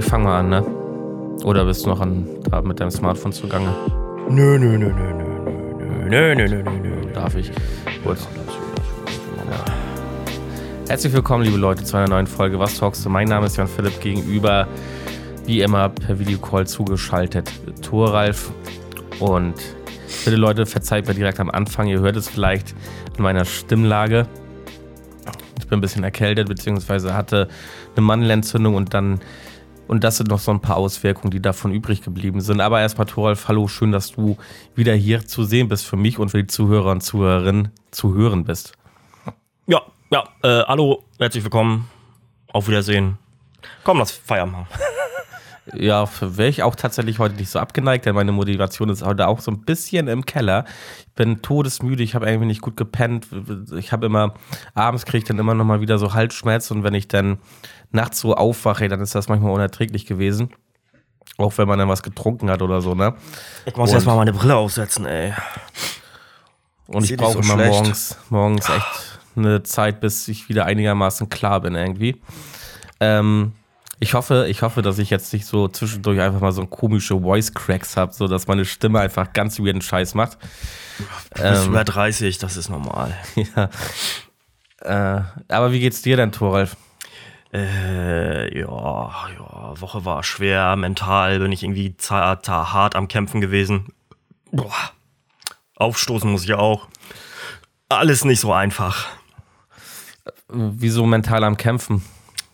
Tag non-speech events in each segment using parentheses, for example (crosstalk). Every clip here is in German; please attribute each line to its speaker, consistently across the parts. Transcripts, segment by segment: Speaker 1: fang mal an, ne? Oder bist du noch an, da mit deinem Smartphone zugange?
Speaker 2: Nö, nö, nö, nö, nö, nö, nö, nö, nö, nö, nö.
Speaker 1: Darf ich? Gut. Ja. Herzlich willkommen, liebe Leute, zu einer neuen Folge Was Talkst du? Mein Name ist Jan Philipp, gegenüber, wie immer, per Videocall zugeschaltet, Thoralf. Und bitte, Leute, verzeiht mir direkt am Anfang, ihr hört es vielleicht in meiner Stimmlage. Ich bin ein bisschen erkältet, beziehungsweise hatte eine Mandelentzündung und dann und das sind noch so ein paar Auswirkungen, die davon übrig geblieben sind. Aber erstmal, Thoralf, hallo, schön, dass du wieder hier zu sehen bist für mich und für die Zuhörer und Zuhörerinnen zu hören bist.
Speaker 2: Ja, ja, äh, hallo, herzlich willkommen. Auf Wiedersehen. Komm, lass Feiern machen.
Speaker 1: Ja, wäre ich auch tatsächlich heute nicht so abgeneigt, denn meine Motivation ist heute auch so ein bisschen im Keller. Ich bin todesmüde, ich habe irgendwie nicht gut gepennt. Ich habe immer, abends kriege ich dann immer noch mal wieder so Halsschmerzen und wenn ich dann nachts so aufwache, dann ist das manchmal unerträglich gewesen. Auch wenn man dann was getrunken hat oder so, ne?
Speaker 2: Ich muss
Speaker 1: Und-
Speaker 2: erst mal meine Brille aufsetzen, ey.
Speaker 1: Und ich
Speaker 2: Sieht nicht
Speaker 1: brauche
Speaker 2: so
Speaker 1: immer
Speaker 2: schlecht.
Speaker 1: morgens, morgens echt eine Zeit, bis ich wieder einigermaßen klar bin irgendwie. Ähm, ich hoffe, ich hoffe, dass ich jetzt nicht so zwischendurch einfach mal so komische Voice Cracks habe, so dass meine Stimme einfach ganz weirden Scheiß macht. (laughs)
Speaker 2: Du bist über 30, das ist normal.
Speaker 1: ja. äh, aber wie geht's dir denn, Thoralf?
Speaker 2: Äh, ja, ja, Woche war schwer, mental bin ich irgendwie zart, hart am Kämpfen gewesen. Boah. Aufstoßen muss ich auch. Alles nicht so einfach.
Speaker 1: Wieso mental am Kämpfen?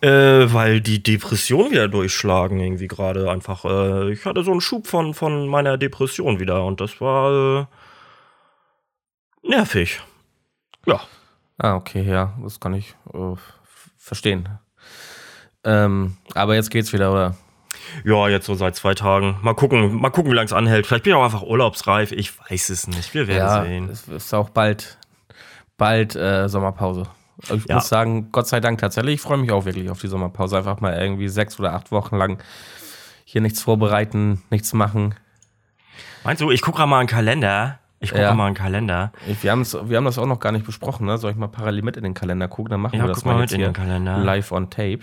Speaker 2: Äh, weil die Depression wieder durchschlagen, irgendwie gerade einfach. Äh, ich hatte so einen Schub von, von meiner Depression wieder und das war äh, nervig. Ja.
Speaker 1: Ah, okay, ja, das kann ich äh, f- verstehen. Ähm, aber jetzt geht's wieder, oder?
Speaker 2: Ja, jetzt so seit zwei Tagen. Mal gucken, mal gucken, wie lange es anhält. Vielleicht bin ich auch einfach urlaubsreif. Ich weiß es nicht. Wir werden sehen.
Speaker 1: Es ist auch bald, bald äh, Sommerpause. Ich
Speaker 2: Ja.
Speaker 1: muss sagen, Gott sei Dank tatsächlich. Ich freue mich auch wirklich auf die Sommerpause. Einfach mal irgendwie sechs oder acht Wochen lang hier nichts vorbereiten, nichts machen.
Speaker 2: Meinst du, ich gucke gerade mal einen Kalender. Ich gucke
Speaker 1: Ja.
Speaker 2: mal einen Kalender.
Speaker 1: Ich, wir, haben's, wir haben das auch noch gar nicht besprochen. Ne? Soll ich mal parallel mit in den Kalender gucken? Dann machen
Speaker 2: Ja,
Speaker 1: wir das
Speaker 2: guck
Speaker 1: mal,
Speaker 2: mal
Speaker 1: jetzt
Speaker 2: mit in
Speaker 1: hier
Speaker 2: den Kalender.
Speaker 1: live on tape.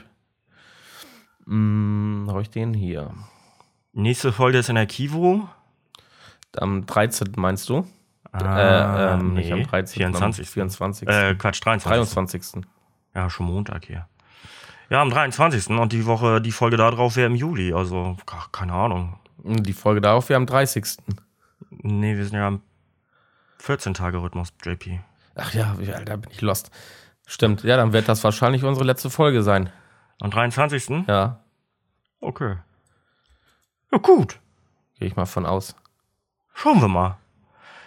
Speaker 1: Hm, Habe ich den hier?
Speaker 2: Nächste Folge ist in der Kivo.
Speaker 1: Am 13. meinst du?
Speaker 2: Ah,
Speaker 1: ähm,
Speaker 2: nee,
Speaker 1: nicht Äh, am 13. Am
Speaker 2: 24.
Speaker 1: 24.
Speaker 2: Äh, Quatsch, 23.
Speaker 1: 23.
Speaker 2: Ja, schon Montag hier. Ja, am 23. und die Woche, die Folge da drauf wäre im Juli. Also, ach, keine Ahnung.
Speaker 1: Die Folge darauf wäre am 30.
Speaker 2: Nee, wir sind ja am 14-Tage-Rhythmus, JP.
Speaker 1: Ach ja, wie- Alter, bin ich lost. Stimmt, ja, dann wird das wahrscheinlich unsere letzte Folge sein.
Speaker 2: Am 23.
Speaker 1: Ja,
Speaker 2: Okay. Ja, gut.
Speaker 1: gehe ich mal von aus.
Speaker 2: Schauen wir mal.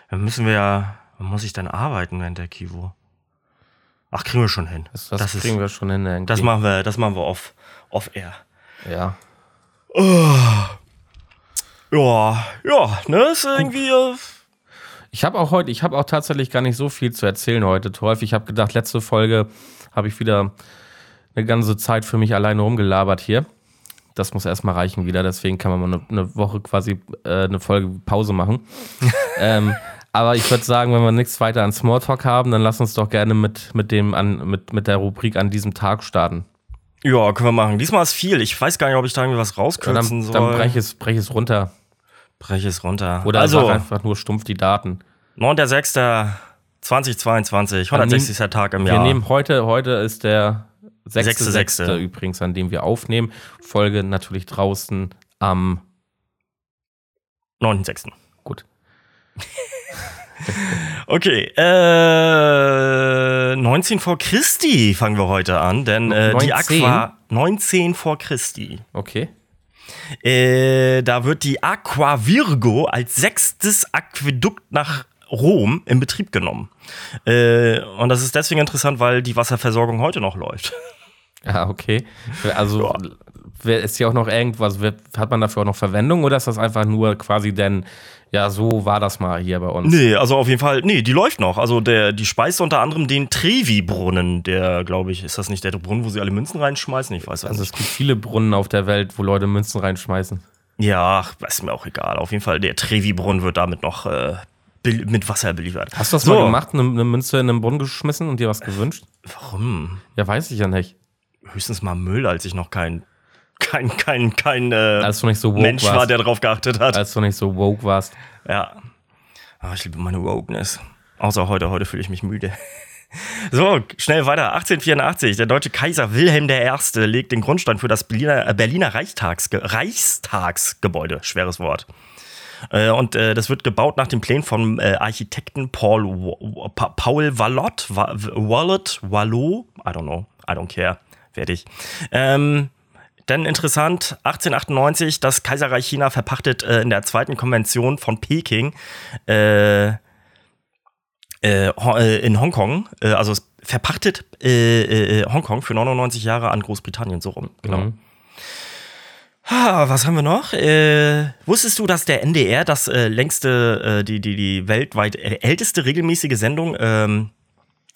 Speaker 2: Dann müssen wir ja. Wann muss ich dann arbeiten während der Kivo? Ach, kriegen wir schon hin.
Speaker 1: Das, das, kriegen wir schon hin. Irgendwie.
Speaker 2: das machen wir, das machen wir off, off air.
Speaker 1: Ja.
Speaker 2: Ja, ja, ne? Ist irgendwie. äh,
Speaker 1: Ich habe auch heute, ich habe auch tatsächlich gar nicht so viel zu erzählen heute, Torf. Ich habe gedacht, letzte Folge habe ich wieder eine ganze Zeit für mich alleine rumgelabert hier. Das muss erstmal reichen wieder, deswegen kann man mal eine, eine Woche quasi äh, eine Folge Pause machen. ähm, aber ich würde sagen, wenn wir nichts weiter an Smalltalk haben, dann lass uns doch gerne mit, mit, dem an, mit, mit der Rubrik an diesem Tag starten.
Speaker 2: Ja, können wir machen. Diesmal ist viel. Ich weiß gar nicht, ob ich da irgendwie was
Speaker 1: Ja,
Speaker 2: rauskürzen
Speaker 1: dann
Speaker 2: soll.
Speaker 1: dann brech, es, brech es runter.
Speaker 2: Brech es runter.
Speaker 1: Oder also,
Speaker 2: also,
Speaker 1: sag einfach nur stumpf die Daten.
Speaker 2: 9.06.2022, 160. Tag im
Speaker 1: Wir
Speaker 2: Jahr.
Speaker 1: nehmen heute, heute ist der 6.6.
Speaker 2: Sechste, sechste.
Speaker 1: übrigens, an dem wir aufnehmen. Folge natürlich draußen am,
Speaker 2: 9.06.
Speaker 1: gut,
Speaker 2: (laughs) Okay, äh, 19 vor Christi fangen wir heute an, denn äh, die
Speaker 1: 19?
Speaker 2: Aqua 19 vor Christi.
Speaker 1: okay. (laughs)
Speaker 2: Äh, da wird die Aqua Virgo als sechstes Aquädukt nach Rom in Betrieb genommen. Äh, und das ist deswegen interessant, weil die Wasserversorgung heute noch läuft.
Speaker 1: Ja, okay. Also wer- ist hier auch noch irgendwas, wer- hat man dafür auch noch Verwendung oder ist das einfach nur quasi denn, ja, so war das mal hier bei uns?
Speaker 2: Nee, also auf jeden Fall, nee, die läuft noch. Also der, die speist unter anderem den Trevi-Brunnen, der, glaube ich, ist das nicht der Brunnen, wo sie alle Münzen reinschmeißen? Ich weiß das
Speaker 1: Also
Speaker 2: nicht.
Speaker 1: es gibt viele Brunnen auf der Welt, wo Leute Münzen reinschmeißen.
Speaker 2: Ja, ach, ist mir auch egal. Auf jeden Fall, der Trevi-Brunnen wird damit noch äh, bel- mit Wasser beliefert.
Speaker 1: Hast du das
Speaker 2: so.
Speaker 1: mal gemacht, eine, eine Münze in einen Brunnen geschmissen und dir was gewünscht?
Speaker 2: Warum?
Speaker 1: Ja, weiß ich ja nicht.
Speaker 2: Höchstens mal Müll, als ich noch kein, kein, kein, kein äh,
Speaker 1: Als du nicht so woke
Speaker 2: Mensch war,
Speaker 1: warst.
Speaker 2: der darauf geachtet hat.
Speaker 1: Als du nicht so woke warst.
Speaker 2: Ja. Ah, ich liebe meine Wokeness. Außer heute, heute fühle ich mich müde. (laughs) So, schnell weiter. 1884, der deutsche Kaiser Wilhelm I. legt den Grundstein für das Berliner, äh, Berliner Reichstagsge Reichstagsgebäude, schweres Wort. Äh, und äh, das wird gebaut nach den Plänen vom äh, Architekten Paul, Wa- Pa- Paul Wallot, Wa Wallot, Wallot, I don't know, I don't care, fertig. Ähm, dann interessant, 1898, das Kaiserreich China verpachtet äh, in der zweiten Konvention von Peking äh, äh, Ho- äh, in Hongkong, äh, also es verpachtet äh, äh, Hongkong für 99 Jahre an Großbritannien, so rum, genau.
Speaker 1: Mhm.
Speaker 2: Ah, was haben wir noch? Äh, wusstest du, dass der NDR das äh, längste, äh, die, die, die weltweit äh, älteste regelmäßige Sendung ähm,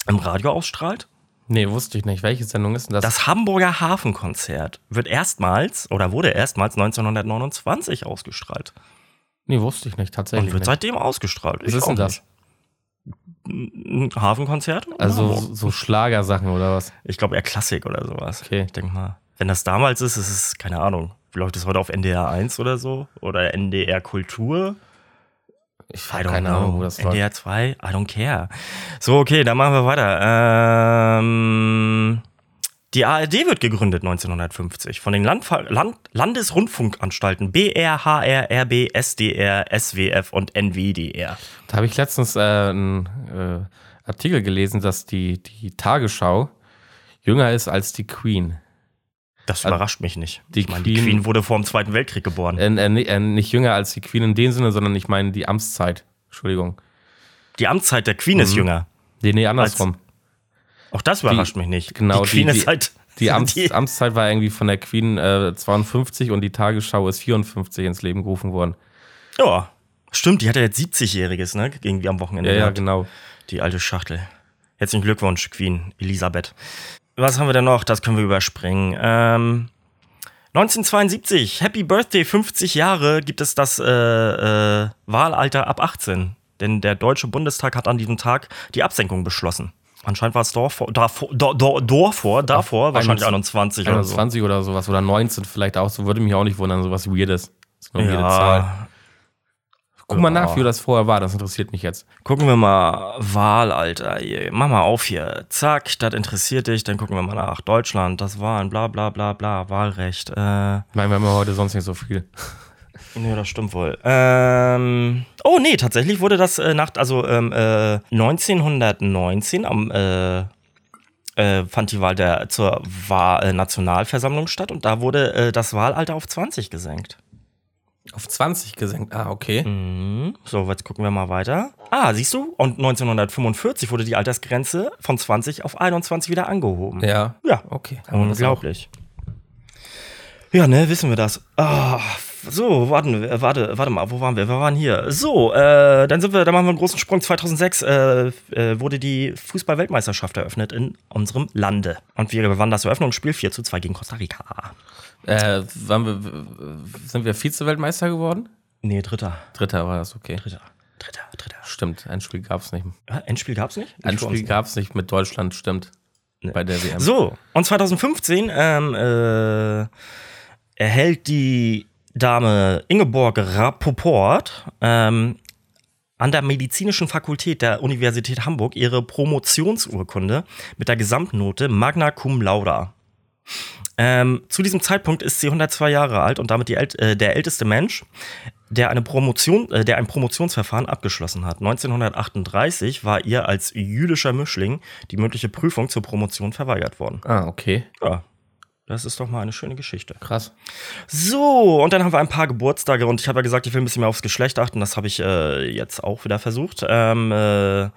Speaker 2: im Radio ausstrahlt?
Speaker 1: Nee, wusste ich nicht. Welche Sendung ist denn das?
Speaker 2: Das Hamburger Hafenkonzert wird erstmals oder wurde erstmals 1929 ausgestrahlt.
Speaker 1: nee, wusste ich nicht, tatsächlich.
Speaker 2: Und wird
Speaker 1: nicht.
Speaker 2: seitdem ausgestrahlt.
Speaker 1: Was
Speaker 2: Ich
Speaker 1: ist denn
Speaker 2: auch
Speaker 1: das?
Speaker 2: nicht. Ein Hafenkonzert?
Speaker 1: Also
Speaker 2: Ja,
Speaker 1: so, so Schlagersachen oder was?
Speaker 2: ich glaube eher Klassik oder sowas.
Speaker 1: Okay.
Speaker 2: Ich denke mal, wenn das damals ist, ist es, keine Ahnung, läuft es heute auf NDR 1 oder so? Oder NDR Kultur?
Speaker 1: Ich
Speaker 2: I
Speaker 1: habe
Speaker 2: don't
Speaker 1: keine
Speaker 2: know.
Speaker 1: Ahnung, wo das war.
Speaker 2: NDR 2, I don't care. So, okay, dann machen wir weiter. Ähm, die ARD wird gegründet 1950 von den Landfa Land Landesrundfunkanstalten BR, HR, RB, SDR, SWF und NWDR.
Speaker 1: Da habe ich letztens äh, einen äh, Artikel gelesen, dass die, die Tagesschau jünger ist als die Queen.
Speaker 2: Das überrascht mich nicht.
Speaker 1: Also, die
Speaker 2: ich meine, die
Speaker 1: Queen-
Speaker 2: Queen wurde vor dem Zweiten Weltkrieg geboren.
Speaker 1: Äh, äh, ni- äh, nicht jünger als die Queen in dem Sinne, sondern ich meine die Amtszeit. Entschuldigung.
Speaker 2: Die Amtszeit der Queen
Speaker 1: mhm.
Speaker 2: ist jünger.
Speaker 1: Nee, nee, andersrum.
Speaker 2: Auch das überrascht mich nicht.
Speaker 1: genau,
Speaker 2: die Queen
Speaker 1: die-
Speaker 2: ist halt. (laughs)
Speaker 1: Die, Amts,
Speaker 2: die-
Speaker 1: Amtszeit war irgendwie von der Queen äh, 52 und die Tagesschau ist 54 ins Leben gerufen worden.
Speaker 2: ja, stimmt, die hat ja jetzt 70-Jähriges, ne? Irgendwie am Wochenende.
Speaker 1: Ja, ja,
Speaker 2: gehabt.
Speaker 1: genau.
Speaker 2: Die alte Schachtel. Herzlichen Glückwunsch, Queen Elisabeth. Was haben wir denn noch? Das können wir überspringen. Ähm, 1972, Happy Birthday, 50 Jahre gibt es das äh, äh, Wahlalter ab 18. Denn der Deutsche Bundestag hat an diesem Tag die Absenkung beschlossen. Anscheinend war es davor, davor, davor, davor, davor wahrscheinlich 21 oder so.
Speaker 1: 21 oder sowas oder 19 vielleicht auch. So würde mich auch nicht wundern, sowas Weirdes. Das ist nur eine weirde Zahl.
Speaker 2: Ja,
Speaker 1: Guck mal
Speaker 2: Ja.
Speaker 1: nach, wie das vorher war. Das interessiert mich jetzt.
Speaker 2: Gucken wir mal Wahlalter. hier. Mach mal auf hier. Zack, das interessiert dich. Dann gucken wir mal nach Deutschland. Das Wahlen, bla bla bla bla. Wahlrecht. Äh,
Speaker 1: Ich meine, wir haben ja heute sonst nicht so viel.
Speaker 2: nee, das stimmt wohl. Ähm, oh nee, tatsächlich wurde das äh, nach, also ähm, äh, 1919 am äh, äh, fand die Wahl der zur Wahl, äh, Nationalversammlung statt und da wurde äh, das Wahlalter auf 20 gesenkt.
Speaker 1: Auf 20 gesenkt. Ah, okay.
Speaker 2: Mhm. So, jetzt gucken wir mal weiter. Ah, siehst du? Und 1945 wurde die Altersgrenze von 20 auf 21 wieder angehoben.
Speaker 1: Ja.
Speaker 2: Ja,
Speaker 1: Okay. Mhm.
Speaker 2: unglaublich. Ja, ne, wissen wir das. Ah, so, warten, wir- warte, warte mal, wo waren wir? Wir waren hier. So, äh, dann sind wir, dann machen wir einen großen Sprung. 2006 äh, äh, wurde die Fußball-Weltmeisterschaft eröffnet in unserem Lande. Und wir gewannen das Eröffnungsspiel 4 zu 2 gegen Costa Rica.
Speaker 1: Äh, waren wir, sind wir Vize-Weltmeister geworden?
Speaker 2: Nee, Dritter.
Speaker 1: Dritter war das, okay.
Speaker 2: Dritter. Dritter, Dritter.
Speaker 1: Stimmt, ein Spiel gab es nicht.
Speaker 2: Ja, Endspiel gab's nicht? Nicht für
Speaker 1: Ein
Speaker 2: uns,
Speaker 1: Spiel
Speaker 2: ne?
Speaker 1: gab es nicht mit Deutschland, stimmt. Bei der WM.
Speaker 2: So, und 2015 ähm, äh, erhält die Dame Ingeborg Rapoport ähm, an der Medizinischen Fakultät der Universität Hamburg ihre Promotionsurkunde mit der Gesamtnote Magna Cum Lauda. Ähm, zu diesem Zeitpunkt ist sie 102 Jahre alt und damit die ält äh, der älteste Mensch, der, eine Promotion, äh, der ein Promotionsverfahren abgeschlossen hat. 1938 war ihr als jüdischer Mischling die mündliche Prüfung zur Promotion verweigert worden.
Speaker 1: Ah, okay.
Speaker 2: Ja, das ist doch mal eine schöne Geschichte.
Speaker 1: Krass.
Speaker 2: So, und dann haben wir ein paar Geburtstage und ich habe ja gesagt, ich will ein bisschen mehr aufs Geschlecht achten. Das habe ich äh, jetzt auch wieder versucht. Ähm, äh,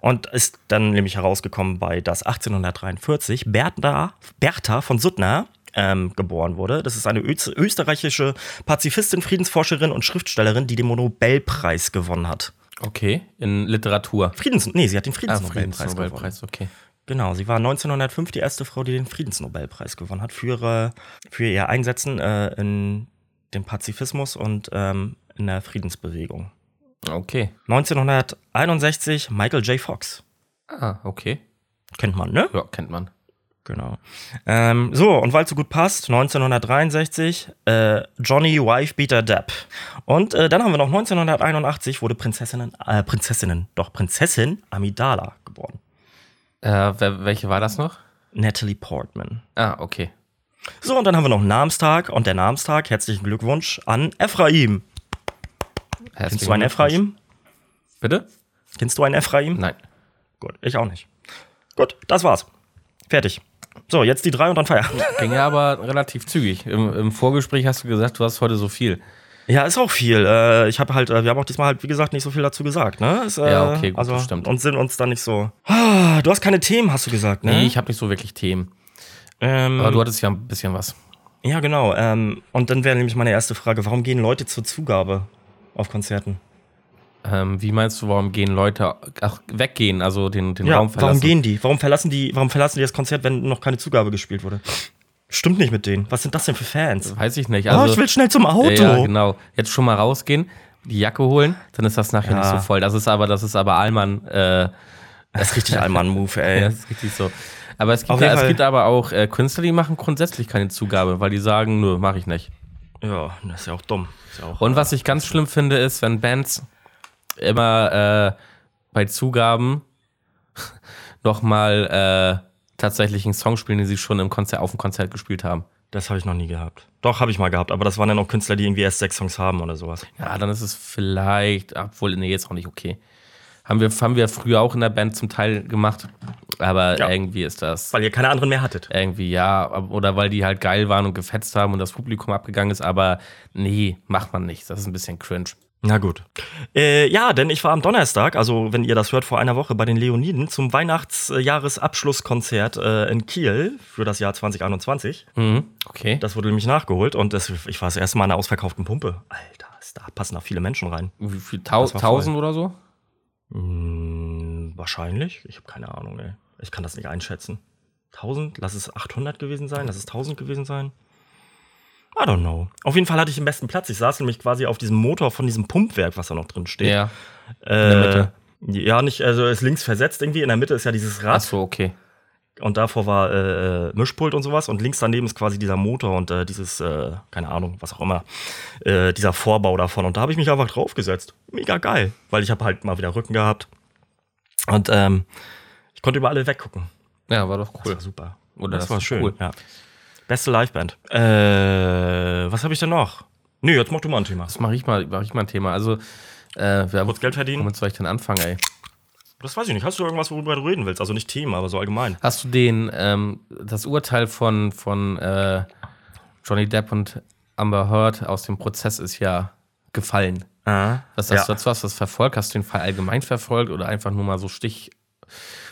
Speaker 2: und ist dann nämlich herausgekommen bei, dass 1843 Bertha, Bertha von Suttner ähm, geboren wurde. Das ist eine Öz- österreichische Pazifistin, Friedensforscherin und Schriftstellerin, die den Nobelpreis gewonnen hat.
Speaker 1: Okay. In Literatur.
Speaker 2: Friedens, nee, sie hat den
Speaker 1: Ah,
Speaker 2: Friedensnobelpreis gewonnen.
Speaker 1: Friedensnobelpreis, okay.
Speaker 2: Genau, sie war 1905 die erste Frau, die den Friedensnobelpreis gewonnen hat für, ihre, für ihr Einsetzen äh, in dem Pazifismus und ähm, in der Friedensbewegung.
Speaker 1: Okay.
Speaker 2: 1961 Michael J. Fox.
Speaker 1: Ah, okay.
Speaker 2: Kennt man, ne?
Speaker 1: Ja, kennt man.
Speaker 2: Genau. Ähm, so, und weil es so gut passt, 1963, äh, Johnny Wifebeater Depp. Und äh, dann haben wir noch 1981 wurde Prinzessinnen, äh, Prinzessinnen, doch Prinzessin Amidala geboren.
Speaker 1: Äh, wer- welche war das noch?
Speaker 2: Natalie Portman.
Speaker 1: Ah, okay.
Speaker 2: So, und dann haben wir noch einen Namenstag. Und der Namenstag, herzlichen Glückwunsch an Ephraim. Kennst du einen Ephraim?
Speaker 1: Bitte?
Speaker 2: Kennst du einen Ephraim?
Speaker 1: Nein.
Speaker 2: Gut, ich auch nicht. Gut, das war's. Fertig. So, jetzt die drei und
Speaker 1: (laughs)
Speaker 2: dann Feierabend.
Speaker 1: Ging ja aber relativ zügig. Im, Im Vorgespräch hast du gesagt, du hast heute so viel.
Speaker 2: Ja, ist auch viel. Äh, ich habe halt, äh, wir haben auch diesmal halt, wie gesagt, nicht so viel dazu gesagt, ne? Ist, äh,
Speaker 1: Ja, okay, gut,
Speaker 2: also,
Speaker 1: das stimmt.
Speaker 2: Und sind uns dann nicht so. Ah, Du hast keine Themen, hast du gesagt, ne?
Speaker 1: Nee, ich habe nicht so wirklich Themen.
Speaker 2: ähm,
Speaker 1: Aber du hattest ja ein bisschen was.
Speaker 2: ja, genau. Ähm, und dann wäre nämlich meine erste Frage: Warum gehen Leute zur Zugabe auf Konzerten?
Speaker 1: Ähm, wie meinst du, warum gehen Leute ach, weggehen, also den, den Raum verlassen?
Speaker 2: warum gehen die? Warum verlassen die? Warum verlassen die das Konzert, wenn noch keine Zugabe gespielt wurde? Stimmt nicht mit denen. Was sind das denn für Fans?
Speaker 1: Weiß ich nicht.
Speaker 2: oh,
Speaker 1: Also,
Speaker 2: ich will schnell zum Auto.
Speaker 1: Ja, ja, genau. Jetzt schon mal rausgehen, die Jacke holen, dann ist das nachher
Speaker 2: Ja.
Speaker 1: nicht so voll. Das ist aber, das ist aber Allmann. Äh,
Speaker 2: Das ist richtig Allmann-Move, ey.
Speaker 1: Das ist richtig so. Aber es
Speaker 2: Auf
Speaker 1: gibt,
Speaker 2: jeden
Speaker 1: es
Speaker 2: Fall.
Speaker 1: gibt aber auch äh, Künstler, die machen grundsätzlich keine Zugabe, weil die sagen, nö, mache ich nicht.
Speaker 2: Ja, das ist ja auch dumm. Ist ja auch
Speaker 1: Und was ich ganz schlimm finde, ist, wenn Bands immer äh, bei Zugaben (laughs) nochmal äh, tatsächlich einen Song spielen, den sie schon im Konzert, auf dem Konzert gespielt haben.
Speaker 2: Das habe ich noch nie gehabt. Doch, habe ich mal gehabt, aber das waren dann auch Künstler, die irgendwie erst sechs Songs haben oder sowas.
Speaker 1: Ja, dann ist es vielleicht, obwohl, nee, jetzt auch nicht okay. Haben wir, haben wir früher auch in der Band zum Teil gemacht, aber
Speaker 2: Ja.
Speaker 1: irgendwie ist das.
Speaker 2: Weil ihr keine anderen mehr hattet.
Speaker 1: Irgendwie, ja, ab- oder weil die halt geil waren und gefetzt haben und das Publikum abgegangen ist, aber nee, macht man nicht. Das ist ein bisschen cringe.
Speaker 2: Na gut. Äh, ja, denn ich war am Donnerstag, also wenn ihr das hört, vor einer Woche bei den Leoniden zum Weihnachtsjahresabschlusskonzert äh, in Kiel für das Jahr 2021.
Speaker 1: Mhm, okay.
Speaker 2: Das wurde nämlich nachgeholt und das, ich war das erste Mal in einer ausverkauften Pumpe. Alter, ist da passen da viele Menschen rein.
Speaker 1: Wie viel?
Speaker 2: Das war voll.
Speaker 1: Tausend oder so?
Speaker 2: Hm, wahrscheinlich. Ich habe keine Ahnung, ey. Ich kann das nicht einschätzen. 1000? Lass es 800 gewesen sein? Lass es 1000 gewesen sein? I don't know. Auf jeden Fall hatte ich den besten Platz. Ich saß nämlich quasi auf diesem Motor von diesem Pumpwerk, was da noch drin steht.
Speaker 1: Ja.
Speaker 2: äh,
Speaker 1: der Mitte.
Speaker 2: Ja, nicht, also ist links versetzt irgendwie. In der Mitte ist ja dieses Rad.
Speaker 1: Ach so, okay.
Speaker 2: Und davor war äh, äh, Mischpult und sowas. Und links daneben ist quasi dieser Motor und äh, dieses, äh, keine Ahnung, was auch immer, äh, dieser Vorbau davon. Und da habe ich mich einfach draufgesetzt. Mega geil. Weil ich habe halt mal wieder Rücken gehabt. Und ähm, ich konnte über alle weggucken.
Speaker 1: Ja, war doch
Speaker 2: Das
Speaker 1: cool.
Speaker 2: war super.
Speaker 1: Oder
Speaker 2: das,
Speaker 1: das
Speaker 2: war
Speaker 1: ist
Speaker 2: schön.
Speaker 1: cool.
Speaker 2: Ja. Beste Liveband. Äh, was habe ich denn noch? Nö, jetzt mach du mal ein Thema.
Speaker 1: Das mache ich mal, mach ich mal ein Thema. Also, äh, wir haben,
Speaker 2: Kurz Geld verdienen?
Speaker 1: womit soll ich denn anfangen, ey?
Speaker 2: Das weiß ich nicht. Hast du irgendwas, worüber du reden willst? Also nicht Thema, aber so allgemein.
Speaker 1: Hast du den, ähm, das Urteil von, von äh, Johnny Depp und Amber Heard aus dem Prozess ist ja gefallen.
Speaker 2: Ah.
Speaker 1: Was hast
Speaker 2: Ja.
Speaker 1: du dazu? Hast du das verfolgt? Hast du den Fall allgemein verfolgt oder einfach nur mal so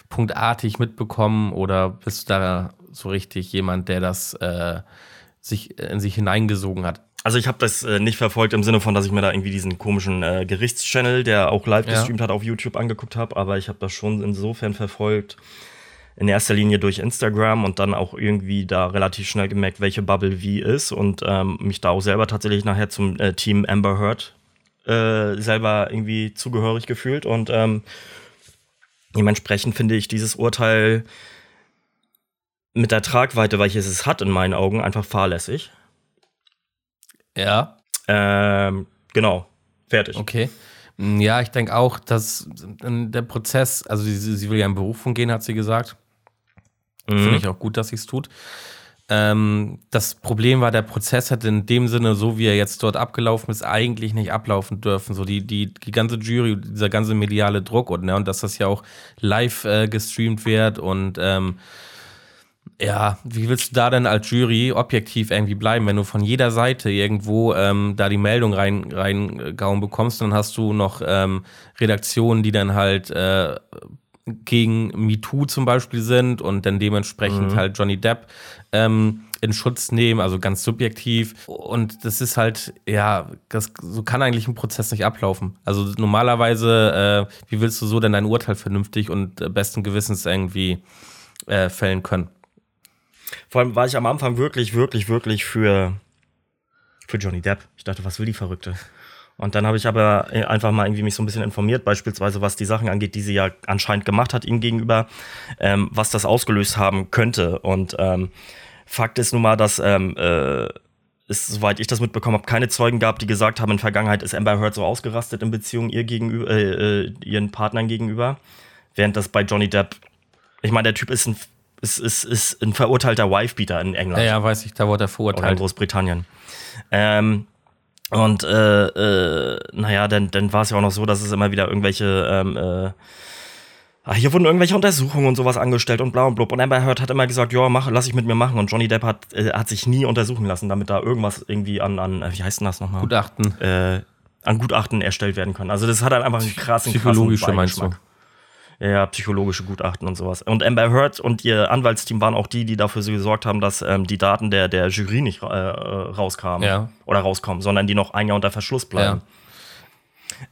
Speaker 1: stichpunktartig mitbekommen? Oder bist du da so richtig jemand, der das äh, sich in sich hineingesogen hat?
Speaker 2: Also ich habe das äh, nicht verfolgt im Sinne von, dass ich mir da irgendwie diesen komischen äh, Gerichtschannel, der auch live
Speaker 1: Ja.
Speaker 2: gestreamt hat, auf YouTube angeguckt habe, aber ich habe das schon insofern verfolgt, in erster Linie durch Instagram und dann auch irgendwie da relativ schnell gemerkt, welche Bubble wie ist und ähm, mich da auch selber tatsächlich nachher zum äh, Team Amber Heard äh, selber irgendwie zugehörig gefühlt und ähm, dementsprechend finde ich dieses Urteil mit der Tragweite, welches es hat in meinen Augen, einfach fahrlässig.
Speaker 1: Ja,
Speaker 2: Ähm, genau. Fertig.
Speaker 1: okay. Mm, Ja, ich denke auch, dass in der Prozess, also sie, sie will ja in Berufung gehen, hat sie gesagt.
Speaker 2: Mhm.
Speaker 1: Finde ich auch gut, dass sie es tut. Ähm, das Problem war, der Prozess hätte in dem Sinne, so wie er jetzt dort abgelaufen ist, eigentlich nicht ablaufen dürfen. So die, die, die ganze Jury, dieser ganze mediale Druck und, ne, und dass das ja auch live äh, gestreamt wird und ähm, ja, wie willst du da denn als Jury objektiv irgendwie bleiben, wenn du von jeder Seite irgendwo ähm, da die Meldung rein- reingehauen bekommst, dann hast du noch ähm, Redaktionen, die dann halt äh, gegen MeToo zum Beispiel sind und dann dementsprechend halt Johnny Depp ähm, in Schutz nehmen, also ganz subjektiv. Und das ist halt, ja, das, so kann eigentlich ein Prozess nicht ablaufen. Also normalerweise, äh, wie willst du so denn dein Urteil vernünftig und äh, besten Gewissens irgendwie äh, fällen können?
Speaker 2: Vor allem war ich am Anfang wirklich, wirklich, wirklich für, für Johnny Depp. Ich dachte, was will die Verrückte? Und dann habe ich aber äh, einfach mal irgendwie mich so ein bisschen informiert, beispielsweise was die Sachen angeht, die sie ja anscheinend gemacht hat ihm gegenüber, ähm, was das ausgelöst haben könnte. Und ähm, Fakt ist nun mal, dass ähm, äh, es, soweit ich das mitbekommen habe, keine Zeugen gab, die gesagt haben, in Vergangenheit ist Amber Heard so ausgerastet in Beziehung ihr gegenüber, äh, äh, ihren Partnern gegenüber. Während das bei Johnny Depp, ich meine, der Typ ist ein, ist, ist, ist ein verurteilter Wifebeater in England.
Speaker 1: Ja, ja, weiß ich, da wurde er
Speaker 2: Oder in
Speaker 1: verurteilt.
Speaker 2: Großbritannien. Ähm, und äh, äh, naja, dann, dann war es ja auch noch so, dass es immer wieder irgendwelche, ähm, äh, ah, hier wurden irgendwelche Untersuchungen und sowas angestellt und bla und blub. Und Amber Heard hat immer gesagt, ja, mach, lass ich mit mir machen. Und Johnny Depp hat, äh, hat sich nie untersuchen lassen, damit da irgendwas irgendwie an, an äh, wie heißt denn das nochmal?
Speaker 1: Gutachten.
Speaker 2: äh, an Gutachten erstellt werden kann. Also das hat halt einfach einen krassen,
Speaker 1: Psychologische
Speaker 2: krassen
Speaker 1: meinst du?
Speaker 2: Beigeschmack. Ja, ja, psychologische Gutachten und sowas. Und Amber Heard und ihr Anwaltsteam waren auch die, die dafür so gesorgt haben, dass ähm, die Daten der, der Jury nicht ra- äh, rauskamen
Speaker 1: Ja.
Speaker 2: oder rauskommen, sondern die noch ein Jahr unter Verschluss bleiben.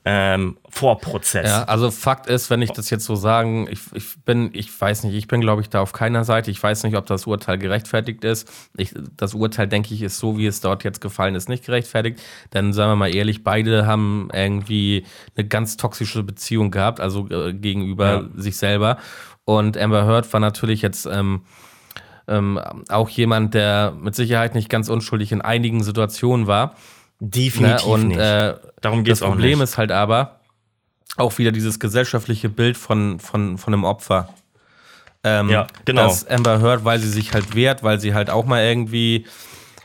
Speaker 2: Ähm, vor Prozess.
Speaker 1: Ja, also Fakt ist, wenn ich das jetzt so sagen, ich, ich bin, ich weiß nicht, ich bin, glaube ich, da auf keiner Seite. Ich weiß nicht, ob das Urteil gerechtfertigt ist. Ich, das Urteil, denke ich, ist so, wie es dort jetzt gefallen ist, nicht gerechtfertigt. Denn sagen wir mal ehrlich, beide haben irgendwie eine ganz toxische Beziehung gehabt, also äh, gegenüber sich selber. Und Amber Heard war natürlich jetzt ähm, ähm, auch jemand, der mit Sicherheit nicht ganz unschuldig in einigen Situationen war. Ne?
Speaker 2: Definitiv
Speaker 1: Und
Speaker 2: nicht.
Speaker 1: äh,
Speaker 2: Darum
Speaker 1: das
Speaker 2: geht's auch
Speaker 1: Problem
Speaker 2: nicht.
Speaker 1: ist halt aber auch wieder dieses gesellschaftliche Bild von, von, von einem Opfer. Ähm,
Speaker 2: Ja, genau.
Speaker 1: Dass Amber Heard, weil sie sich halt wehrt, weil sie halt auch mal irgendwie,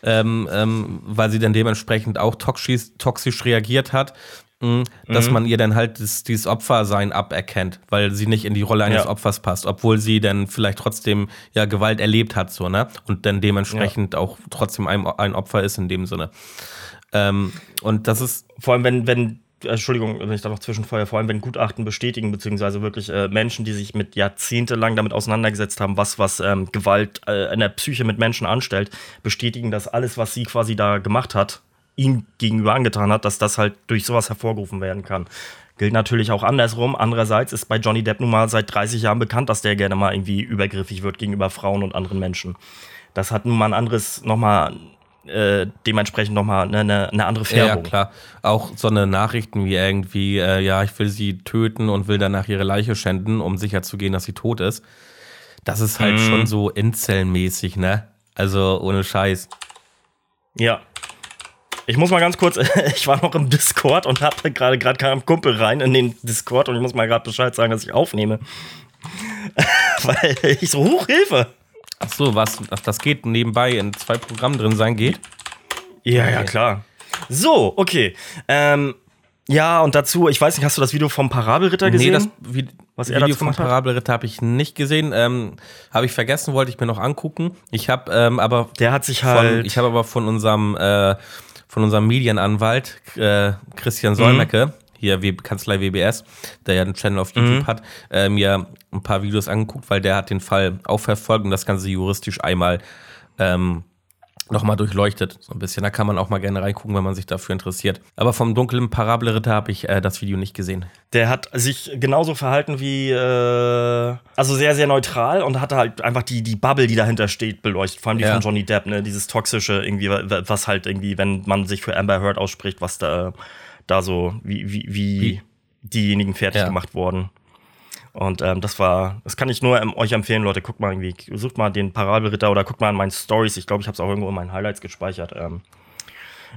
Speaker 1: ähm, ähm, weil sie dann dementsprechend auch toxisch, toxisch reagiert hat, mh, dass
Speaker 2: Mhm.
Speaker 1: man ihr dann halt das, dieses Opfersein aberkennt, weil sie nicht in die Rolle eines
Speaker 2: Ja.
Speaker 1: Opfers passt, obwohl sie dann vielleicht trotzdem ja Gewalt erlebt hat, so, ne? Und dann dementsprechend auch trotzdem ein, ein Opfer ist in dem Sinne. Ähm, und das ist,
Speaker 2: vor allem wenn, wenn, äh, Entschuldigung, wenn ich da noch zwischenfeuer, vor allem wenn Gutachten bestätigen, beziehungsweise wirklich äh, Menschen, die sich mit jahrzehntelang damit auseinandergesetzt haben, was, was ähm, Gewalt äh, in der Psyche mit Menschen anstellt, bestätigen, dass alles, was sie quasi da gemacht hat, ihm gegenüber angetan hat, dass das halt durch sowas hervorgerufen werden kann. Gilt natürlich auch andersrum. Andererseits ist bei Johnny Depp nun mal seit 30 Jahren bekannt, dass der gerne mal irgendwie übergriffig wird gegenüber Frauen und anderen Menschen. Das hat nun mal ein anderes, nochmal, äh, dementsprechend nochmal eine, eine, eine andere
Speaker 1: Ja,
Speaker 2: Färbung.
Speaker 1: ja, klar. Auch so eine Nachrichten wie irgendwie, äh, ja, ich will sie töten und will danach ihre Leiche schänden, um sicherzugehen, dass sie tot ist. Das ist
Speaker 2: Mhm.
Speaker 1: halt schon so Inzelmäßig, ne? Also ohne Scheiß.
Speaker 2: Ja. Ich muss mal ganz kurz, (laughs) ich war noch im Discord und hatte gerade gerade kam ein Kumpel rein in den Discord und ich muss mal gerade Bescheid sagen, dass ich aufnehme. (laughs) Weil ich so, hoch Hilfe!
Speaker 1: Ach so, was? Ach, das geht nebenbei in zwei Programmen drin sein geht.
Speaker 2: Ja, ja, klar. So, okay. Ähm, ja, und dazu, ich weiß nicht, hast du das Video vom Parabelritter
Speaker 1: Nee,
Speaker 2: gesehen?
Speaker 1: das Vi-
Speaker 2: Was er
Speaker 1: Video
Speaker 2: dazu
Speaker 1: vom
Speaker 2: gemacht hat?
Speaker 1: Parabelritter habe ich nicht gesehen. Ähm, habe ich vergessen, wollte ich mir noch angucken. Ich habe ähm, aber
Speaker 2: Der hat sich
Speaker 1: Von,
Speaker 2: halt.
Speaker 1: ich habe aber von unserem, äh, von unserem Medienanwalt äh, Christian Solmecke, hier w Kanzlei WBS, der ja einen Channel auf YouTube hat, äh, mir ein paar Videos angeguckt, weil der hat den Fall auch verfolgt und das Ganze juristisch einmal ähm, nochmal durchleuchtet. So ein bisschen. Da kann man auch mal gerne reingucken, wenn man sich dafür interessiert. Aber vom dunklen Parabelritter habe ich äh, das Video nicht gesehen.
Speaker 2: Der hat sich genauso verhalten wie, äh, also sehr, sehr neutral und hatte halt einfach die, die Bubble, die dahinter steht, beleuchtet. Vor allem die
Speaker 1: Ja.
Speaker 2: von Johnny Depp, ne? Dieses toxische irgendwie, wa- was halt irgendwie, wenn man sich für Amber Heard ausspricht, was da, da so, wie, wie, wie,
Speaker 1: Wie?
Speaker 2: diejenigen fertig
Speaker 1: Ja.
Speaker 2: gemacht wurden. Und ähm, das war, das kann ich nur ähm, euch empfehlen, Leute. Guckt mal irgendwie, sucht mal den Parabelritter oder guckt mal in meinen Stories. Ich glaube, ich habe es auch irgendwo in meinen Highlights gespeichert. Ähm,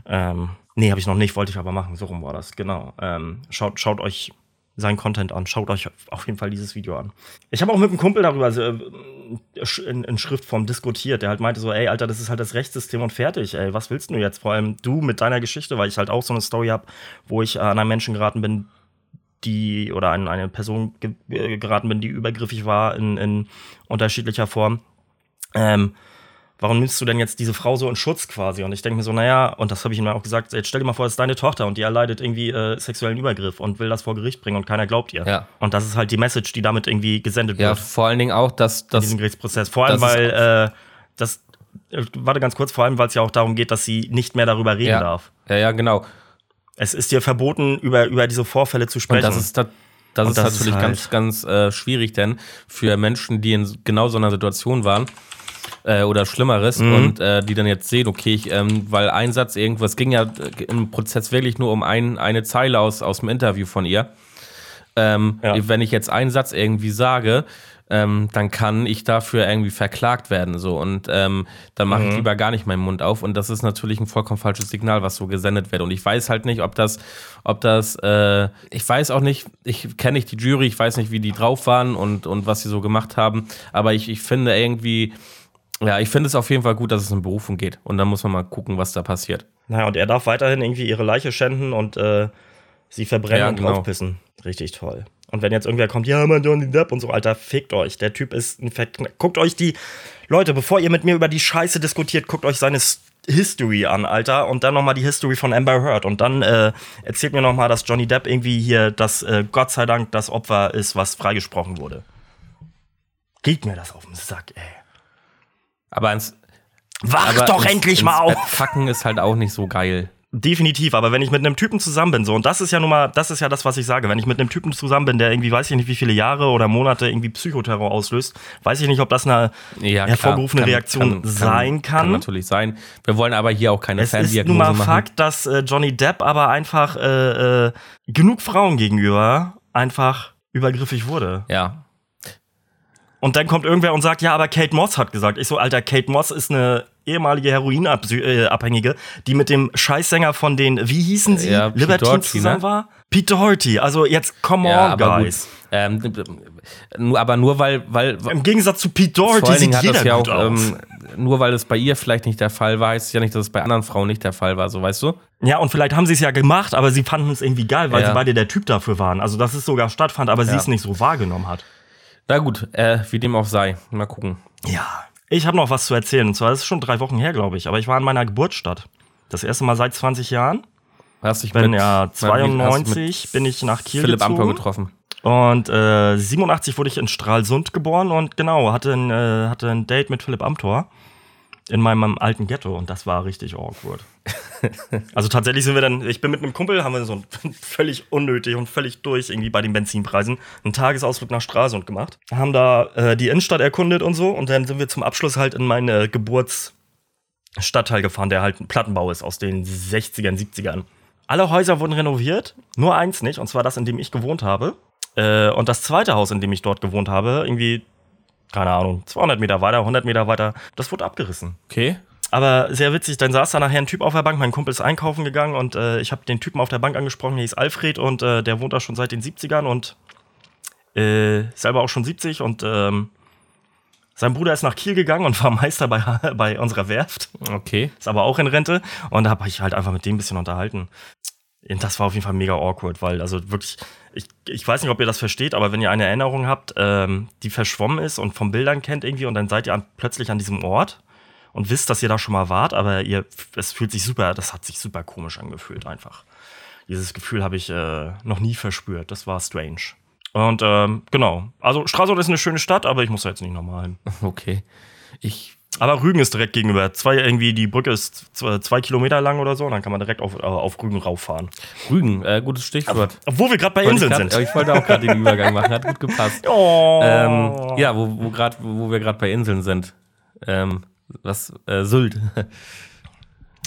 Speaker 2: ähm, nee, habe ich noch nicht, wollte ich aber machen. So rum war das, genau. Ähm, schaut, schaut euch seinen Content an. Schaut euch auf jeden Fall dieses Video an. Ich habe auch mit einem Kumpel darüber so, äh, sch- in, in Schriftform diskutiert, der halt meinte so, ey, Alter, das ist halt das Rechtssystem und fertig, ey, was willst du jetzt? Vor allem du mit deiner Geschichte, weil ich halt auch so eine Story habe, wo ich äh, an einen Menschen geraten bin, die oder an eine Person ge äh, geraten bin, die übergriffig war in, in unterschiedlicher Form. Ähm, warum nimmst du denn jetzt diese Frau so in Schutz quasi? Und ich denke mir so, naja, und das habe ich ihm auch gesagt, jetzt stell dir mal vor, das ist deine Tochter und die erleidet irgendwie äh, sexuellen Übergriff und will das vor Gericht bringen und keiner glaubt ihr.
Speaker 1: Ja.
Speaker 2: Und das ist halt die Message, die damit irgendwie gesendet
Speaker 1: Ja,
Speaker 2: wird
Speaker 1: vor allen Dingen auch, dass
Speaker 2: in
Speaker 1: das.
Speaker 2: diesem Gerichtsprozess. Vor allem,
Speaker 1: das ist-
Speaker 2: weil äh, das, äh, warte ganz kurz, vor allem, weil es ja auch darum geht, dass sie nicht mehr darüber reden
Speaker 1: Ja,
Speaker 2: darf.
Speaker 1: ja, ja, genau.
Speaker 2: Es ist ihr verboten, über, über diese Vorfälle zu sprechen.
Speaker 1: Und das ist, da, das
Speaker 2: Und
Speaker 1: ist
Speaker 2: das ist
Speaker 1: natürlich
Speaker 2: halt-
Speaker 1: ganz, ganz äh, schwierig, denn für Menschen, die in genau so einer Situation waren, äh, oder Schlimmeres
Speaker 2: Mhm.
Speaker 1: und äh, die dann jetzt sehen, okay, ich, ähm, weil ein Satz irgendwo, es ging ja äh, im Prozess wirklich nur um ein, eine Zeile aus, aus dem Interview von ihr. Ähm,
Speaker 2: Ja.
Speaker 1: Wenn ich jetzt einen Satz irgendwie sage, ähm, dann kann ich dafür irgendwie verklagt werden. So. Und ähm, dann mache
Speaker 2: Mhm.
Speaker 1: ich lieber gar nicht meinen Mund auf. Und das ist natürlich ein vollkommen falsches Signal, was so gesendet wird. Und ich weiß halt nicht, ob das, ob das, äh, ich weiß auch nicht, ich kenne nicht die Jury, ich weiß nicht, wie die drauf waren und, und was sie so gemacht haben. Aber ich, ich finde irgendwie, ja, ich finde es auf jeden Fall gut, dass es in Berufung geht. Und dann muss man mal gucken, was da passiert.
Speaker 2: Naja, und er darf weiterhin irgendwie ihre Leiche schänden und äh, sie verbrennen
Speaker 1: Ja,
Speaker 2: und
Speaker 1: genau.
Speaker 2: aufpissen. Richtig toll. Und wenn jetzt irgendwer kommt, ja, man, Johnny Depp und so, Alter, fickt euch. Der Typ ist ein Verkn Guckt euch die. Leute, bevor ihr mit mir über die Scheiße diskutiert, guckt euch seine S- History an, Alter. Und dann nochmal die History von Amber Heard. Und dann äh, erzählt mir nochmal, dass Johnny Depp irgendwie hier, dass äh, Gott sei Dank das Opfer ist, was freigesprochen wurde. Geht mir das auf den Sack, ey.
Speaker 1: Aber ans,
Speaker 2: Wacht
Speaker 1: aber
Speaker 2: doch
Speaker 1: ins-
Speaker 2: endlich
Speaker 1: ins
Speaker 2: mal auf!
Speaker 1: Bett Fucken ist halt auch nicht so geil.
Speaker 2: Definitiv, aber wenn ich mit einem Typen zusammen bin, so, und das ist ja nun mal, das ist ja das, was ich sage, wenn ich mit einem Typen zusammen bin, der irgendwie, weiß ich nicht, wie viele Jahre oder Monate irgendwie Psychoterror auslöst, weiß ich nicht, ob das eine
Speaker 1: Ja,
Speaker 2: hervorgerufene Reaktion sein kann.
Speaker 1: Kann natürlich sein. Wir wollen aber hier auch keine
Speaker 2: es ist nun mal
Speaker 1: Ferndiagnose machen.
Speaker 2: Fakt, dass äh, Johnny Depp aber einfach äh, äh, genug Frauen gegenüber einfach übergriffig wurde.
Speaker 1: Ja.
Speaker 2: Und dann kommt irgendwer und sagt, ja, aber Kate Moss hat gesagt. Ich so, Alter, Kate Moss ist eine ehemalige Heroinabhängige, die mit dem Scheißsänger von den, wie hießen sie,
Speaker 1: Ja, Pete Doherty,
Speaker 2: Libertines zusammen
Speaker 1: ne?
Speaker 2: war? Pete Doherty. Also jetzt, come
Speaker 1: ja,
Speaker 2: on,
Speaker 1: aber
Speaker 2: guys.
Speaker 1: gut. Ähm, nur, aber nur weil, weil
Speaker 2: Im Gegensatz zu Pete
Speaker 1: vor
Speaker 2: Doherty
Speaker 1: allen Dingen
Speaker 2: sieht
Speaker 1: hat
Speaker 2: jeder
Speaker 1: das ja
Speaker 2: gut
Speaker 1: auch,
Speaker 2: aus.
Speaker 1: ähm, nur weil es bei ihr vielleicht nicht der Fall war, heißt es ja nicht, dass es bei anderen Frauen nicht der Fall war, so weißt du?
Speaker 2: ja, und vielleicht haben sie es ja gemacht, aber sie fanden es irgendwie geil, weil
Speaker 1: Ja.
Speaker 2: sie beide der Typ dafür waren. Also dass es sogar stattfand, aber sie
Speaker 1: Ja.
Speaker 2: es nicht so wahrgenommen hat.
Speaker 1: Na gut, äh, wie dem auch sei. Mal gucken.
Speaker 2: Ja. Ich habe noch was zu erzählen. Und zwar, das ist schon drei Wochen her, glaube ich. Aber ich war in meiner Geburtsstadt. Das erste Mal seit 20 Jahren.
Speaker 1: Hast dich
Speaker 2: Bin
Speaker 1: mit,
Speaker 2: ja
Speaker 1: hast dich
Speaker 2: 92, bin ich nach Kiel
Speaker 1: Philipp
Speaker 2: gezogen.
Speaker 1: Amthor getroffen.
Speaker 2: Und äh, 87 wurde ich in Stralsund geboren und genau, hatte ein, äh, hatte ein Date mit Philipp Amthor in meinem ähm, alten Ghetto und das war richtig awkward. also tatsächlich sind wir dann, ich bin mit einem Kumpel, haben wir so ein, (laughs) völlig unnötig und völlig durch irgendwie bei den Benzinpreisen einen Tagesausflug nach Stralsund gemacht, haben da äh, die Innenstadt erkundet und so und dann sind wir zum Abschluss halt in meine Geburts Stadtteil gefahren, der halt ein Plattenbau ist aus den 60ern, 70ern. Alle Häuser wurden renoviert, nur eins nicht, und zwar das, in dem ich gewohnt habe. Äh, und das zweite Haus, in dem ich dort gewohnt habe, irgendwie, keine Ahnung, 200 Meter weiter, 100 Meter weiter, das wurde abgerissen.
Speaker 1: Okay.
Speaker 2: Aber sehr witzig, dann saß da nachher ein Typ auf der Bank, mein Kumpel ist einkaufen gegangen und äh, ich habe den Typen auf der Bank angesprochen, der hieß Alfred und äh, der wohnt da schon seit den 70ern und äh, selber auch schon 70 und ähm, sein Bruder ist nach Kiel gegangen und war (laughs) Meister bei, bei unserer Werft
Speaker 1: Okay. (laughs)
Speaker 2: ist aber auch in Rente und da habe ich halt einfach mit dem ein bisschen unterhalten. Und das war auf jeden Fall mega awkward, weil also wirklich, ich, ich weiß nicht, ob ihr das versteht, aber wenn ihr eine Erinnerung habt, ähm, die verschwommen ist und von Bildern kennt irgendwie und dann seid ihr an, plötzlich an diesem Ort und wisst, dass ihr da schon mal wart, aber ihr, es fühlt sich super, das hat sich super komisch angefühlt einfach. Dieses Gefühl habe ich äh, noch nie verspürt, das war strange. Und ähm, genau, also Stralsund ist eine schöne Stadt, aber ich muss da jetzt nicht nochmal hin.
Speaker 1: Okay. Ich
Speaker 2: Aber Rügen ist direkt gegenüber. Zwei, irgendwie, die Brücke ist zwei, zwei Kilometer lang oder so, und dann kann man direkt auf, äh, auf Rügen rauffahren.
Speaker 1: Rügen, äh, gutes Stichwort.
Speaker 2: Obwohl wir gerade bei
Speaker 1: Wollte
Speaker 2: Inseln
Speaker 1: ich grad,
Speaker 2: sind.
Speaker 1: Ich wollte auch gerade den Übergang machen, hat gut
Speaker 2: (laughs)
Speaker 1: gepasst.
Speaker 2: Oh.
Speaker 1: Ähm, ja, wo, wo, grad, wo wir gerade bei Inseln sind. Ähm, was? Äh, Sylt? (laughs)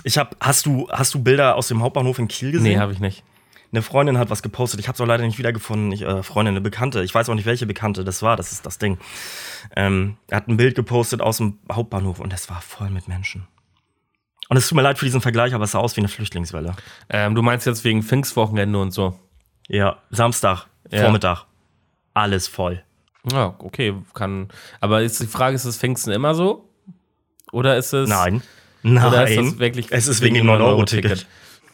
Speaker 2: Ich hab, hast du, hast du Bilder aus dem Hauptbahnhof in Kiel
Speaker 1: nee,
Speaker 2: gesehen?
Speaker 1: habe ich nicht.
Speaker 2: Eine Freundin hat was gepostet. Ich habe es auch leider nicht wiedergefunden. Ich, äh, Freundin, eine Bekannte. Ich weiß auch nicht, welche Bekannte das war. Das ist das Ding. Ähm, er hat ein Bild gepostet aus dem Hauptbahnhof und es war voll mit Menschen. Und es tut mir leid für diesen Vergleich, aber es sah aus wie eine Flüchtlingswelle.
Speaker 1: Ähm, du meinst jetzt wegen Pfingstwochenende und so.
Speaker 2: Ja, Samstag,
Speaker 1: Ja.
Speaker 2: Vormittag. Alles voll.
Speaker 1: Ja, okay, kann. Aber ist die Frage, ist es Pfingsten immer so? Oder ist es.
Speaker 2: Nein. Nein.
Speaker 1: Oder ist das wirklich
Speaker 2: es ist wegen dem 9-Euro-Ticket.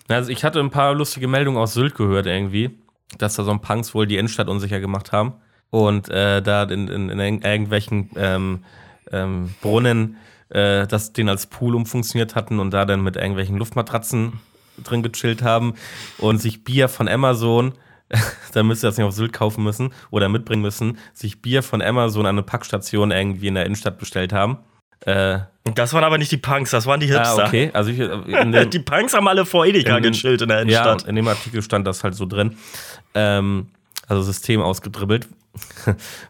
Speaker 1: Na, Also ich hatte ein paar lustige Meldungen aus Sylt gehört irgendwie, dass da so ein Punks wohl die Innenstadt unsicher gemacht haben und äh, da in, in, in irg- irgendwelchen ähm, ähm, Brunnen äh, das den als Pool umfunktioniert hatten und da dann mit irgendwelchen Luftmatratzen drin gechillt haben und sich Bier von Amazon (laughs) da müsst ihr das nicht auf Sylt kaufen müssen oder mitbringen müssen, sich Bier von Amazon an eine Packstation irgendwie in der Innenstadt bestellt haben. Äh,
Speaker 2: Das waren aber nicht die Punks, das waren die Hipster.
Speaker 1: ah,
Speaker 2: (laughs)
Speaker 1: okay. Also ich, in dem,
Speaker 2: Die Punks haben alle vor Edeka
Speaker 1: In-
Speaker 2: gechillt in der
Speaker 1: Ja,
Speaker 2: Innenstadt.
Speaker 1: und in dem Artikel stand das halt so drin. Ähm, also System ausgedribbelt, (laughs)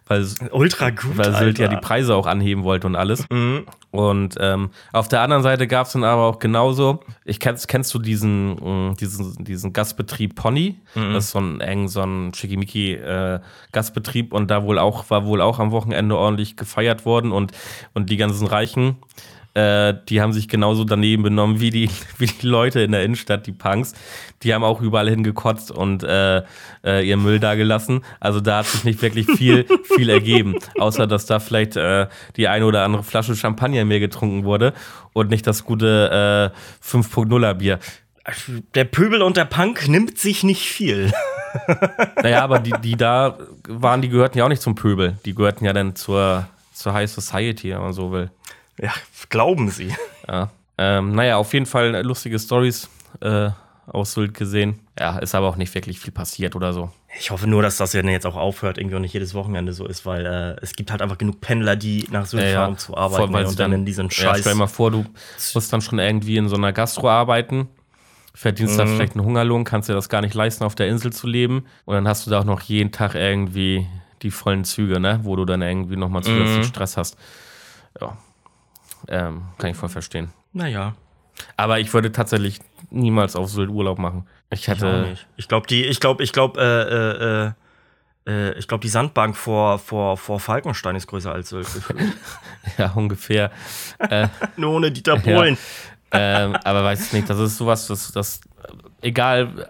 Speaker 1: weil,
Speaker 2: Ultra gut.
Speaker 1: weil Sylt ja die
Speaker 2: Alter.
Speaker 1: Preise auch anheben wollte und alles.
Speaker 2: Mhm.
Speaker 1: Und ähm, auf der anderen Seite gab es dann aber auch genauso, ich kennst, kennst du diesen, mh, diesen, diesen Gastbetrieb Pony?
Speaker 2: Mhm.
Speaker 1: Das ist so ein eng, so ein Schickimicki äh, Gastbetrieb und da wohl auch, war wohl auch am Wochenende ordentlich gefeiert worden und, und die ganzen Reichen. Äh, die haben sich genauso daneben benommen wie die, (laughs) wie die Leute in der Innenstadt, die Punks. Die haben auch überall hingekotzt und äh, äh, ihren Müll dagelassen. Also da hat sich nicht wirklich viel, viel ergeben. Außer, dass da vielleicht äh, die eine oder andere Flasche Champagner mehr getrunken wurde und nicht das gute äh, 5.0er Bier.
Speaker 2: Der Pöbel und der Punk nimmt sich nicht viel. (laughs)
Speaker 1: Naja, aber die, die da waren, die gehörten ja auch nicht zum Pöbel. Die gehörten ja dann zur, zur High Society, wenn man so will.
Speaker 2: Ja, glauben Sie.
Speaker 1: Ja. Ähm, naja, auf jeden Fall äh, lustige Stories äh, aus Sylt gesehen. Ja, ist aber auch nicht wirklich viel passiert oder so.
Speaker 2: Ich hoffe nur, dass das ja jetzt auch aufhört, irgendwie und nicht jedes Wochenende so ist, weil äh, es gibt halt einfach genug Pendler, die nach Sylt
Speaker 1: Ja, ja.
Speaker 2: fahren, um zu arbeiten
Speaker 1: Vor- weil
Speaker 2: ey,
Speaker 1: sie
Speaker 2: und dann in diesen
Speaker 1: Ja,
Speaker 2: Scheiß.
Speaker 1: stell dir mal vor, du musst dann schon irgendwie in so einer Gastro arbeiten, verdienst
Speaker 2: Mhm.
Speaker 1: da vielleicht einen Hungerlohn, kannst dir das gar nicht leisten, auf der Insel zu leben. Und dann hast du da auch noch jeden Tag irgendwie die vollen Züge, ne? wo du dann irgendwie nochmal zusätzlichen
Speaker 2: Mhm.
Speaker 1: Stress hast. Ja. Ähm, kann ich voll verstehen.
Speaker 2: naja,
Speaker 1: Aber ich würde tatsächlich niemals auf Sylt Urlaub machen. Ich
Speaker 2: ich auch
Speaker 1: hatte.
Speaker 2: nicht. Ich glaube, die, ich glaube, ich glaube, äh, äh, äh, äh, ich glaube, die Sandbank vor, vor, vor Falkenstein ist größer als Sylt. (laughs) gefühlt.
Speaker 1: (laughs) ja, ungefähr.
Speaker 2: nur ohne Dieter Bohlen.
Speaker 1: ähm, aber weiß ich nicht, das ist sowas, das, das egal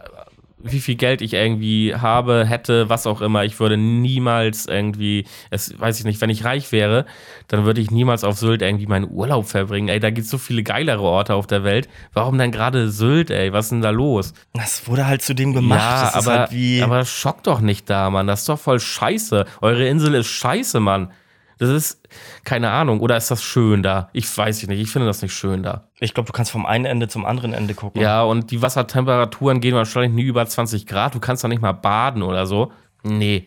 Speaker 1: wie viel Geld ich irgendwie habe, hätte, was auch immer, ich würde niemals irgendwie, es weiß ich nicht, wenn ich reich wäre, dann würde ich niemals auf Sylt irgendwie meinen Urlaub verbringen. Ey, da gibt es so viele geilere Orte auf der Welt. Warum dann gerade Sylt, ey? Was ist denn da los?
Speaker 2: Das wurde halt zu dem gemacht. das ist
Speaker 1: aber,
Speaker 2: halt wie.
Speaker 1: aber schock doch nicht da, Mann. Das ist doch voll scheiße. Eure Insel ist scheiße, Mann. Das ist, keine Ahnung, oder ist das schön da? Ich weiß nicht, ich finde das nicht schön da.
Speaker 2: ich glaube, du kannst vom einen Ende zum anderen Ende gucken.
Speaker 1: Ja, und die Wassertemperaturen gehen wahrscheinlich nie über 20 Grad. Du kannst doch nicht mal baden oder so. Nee,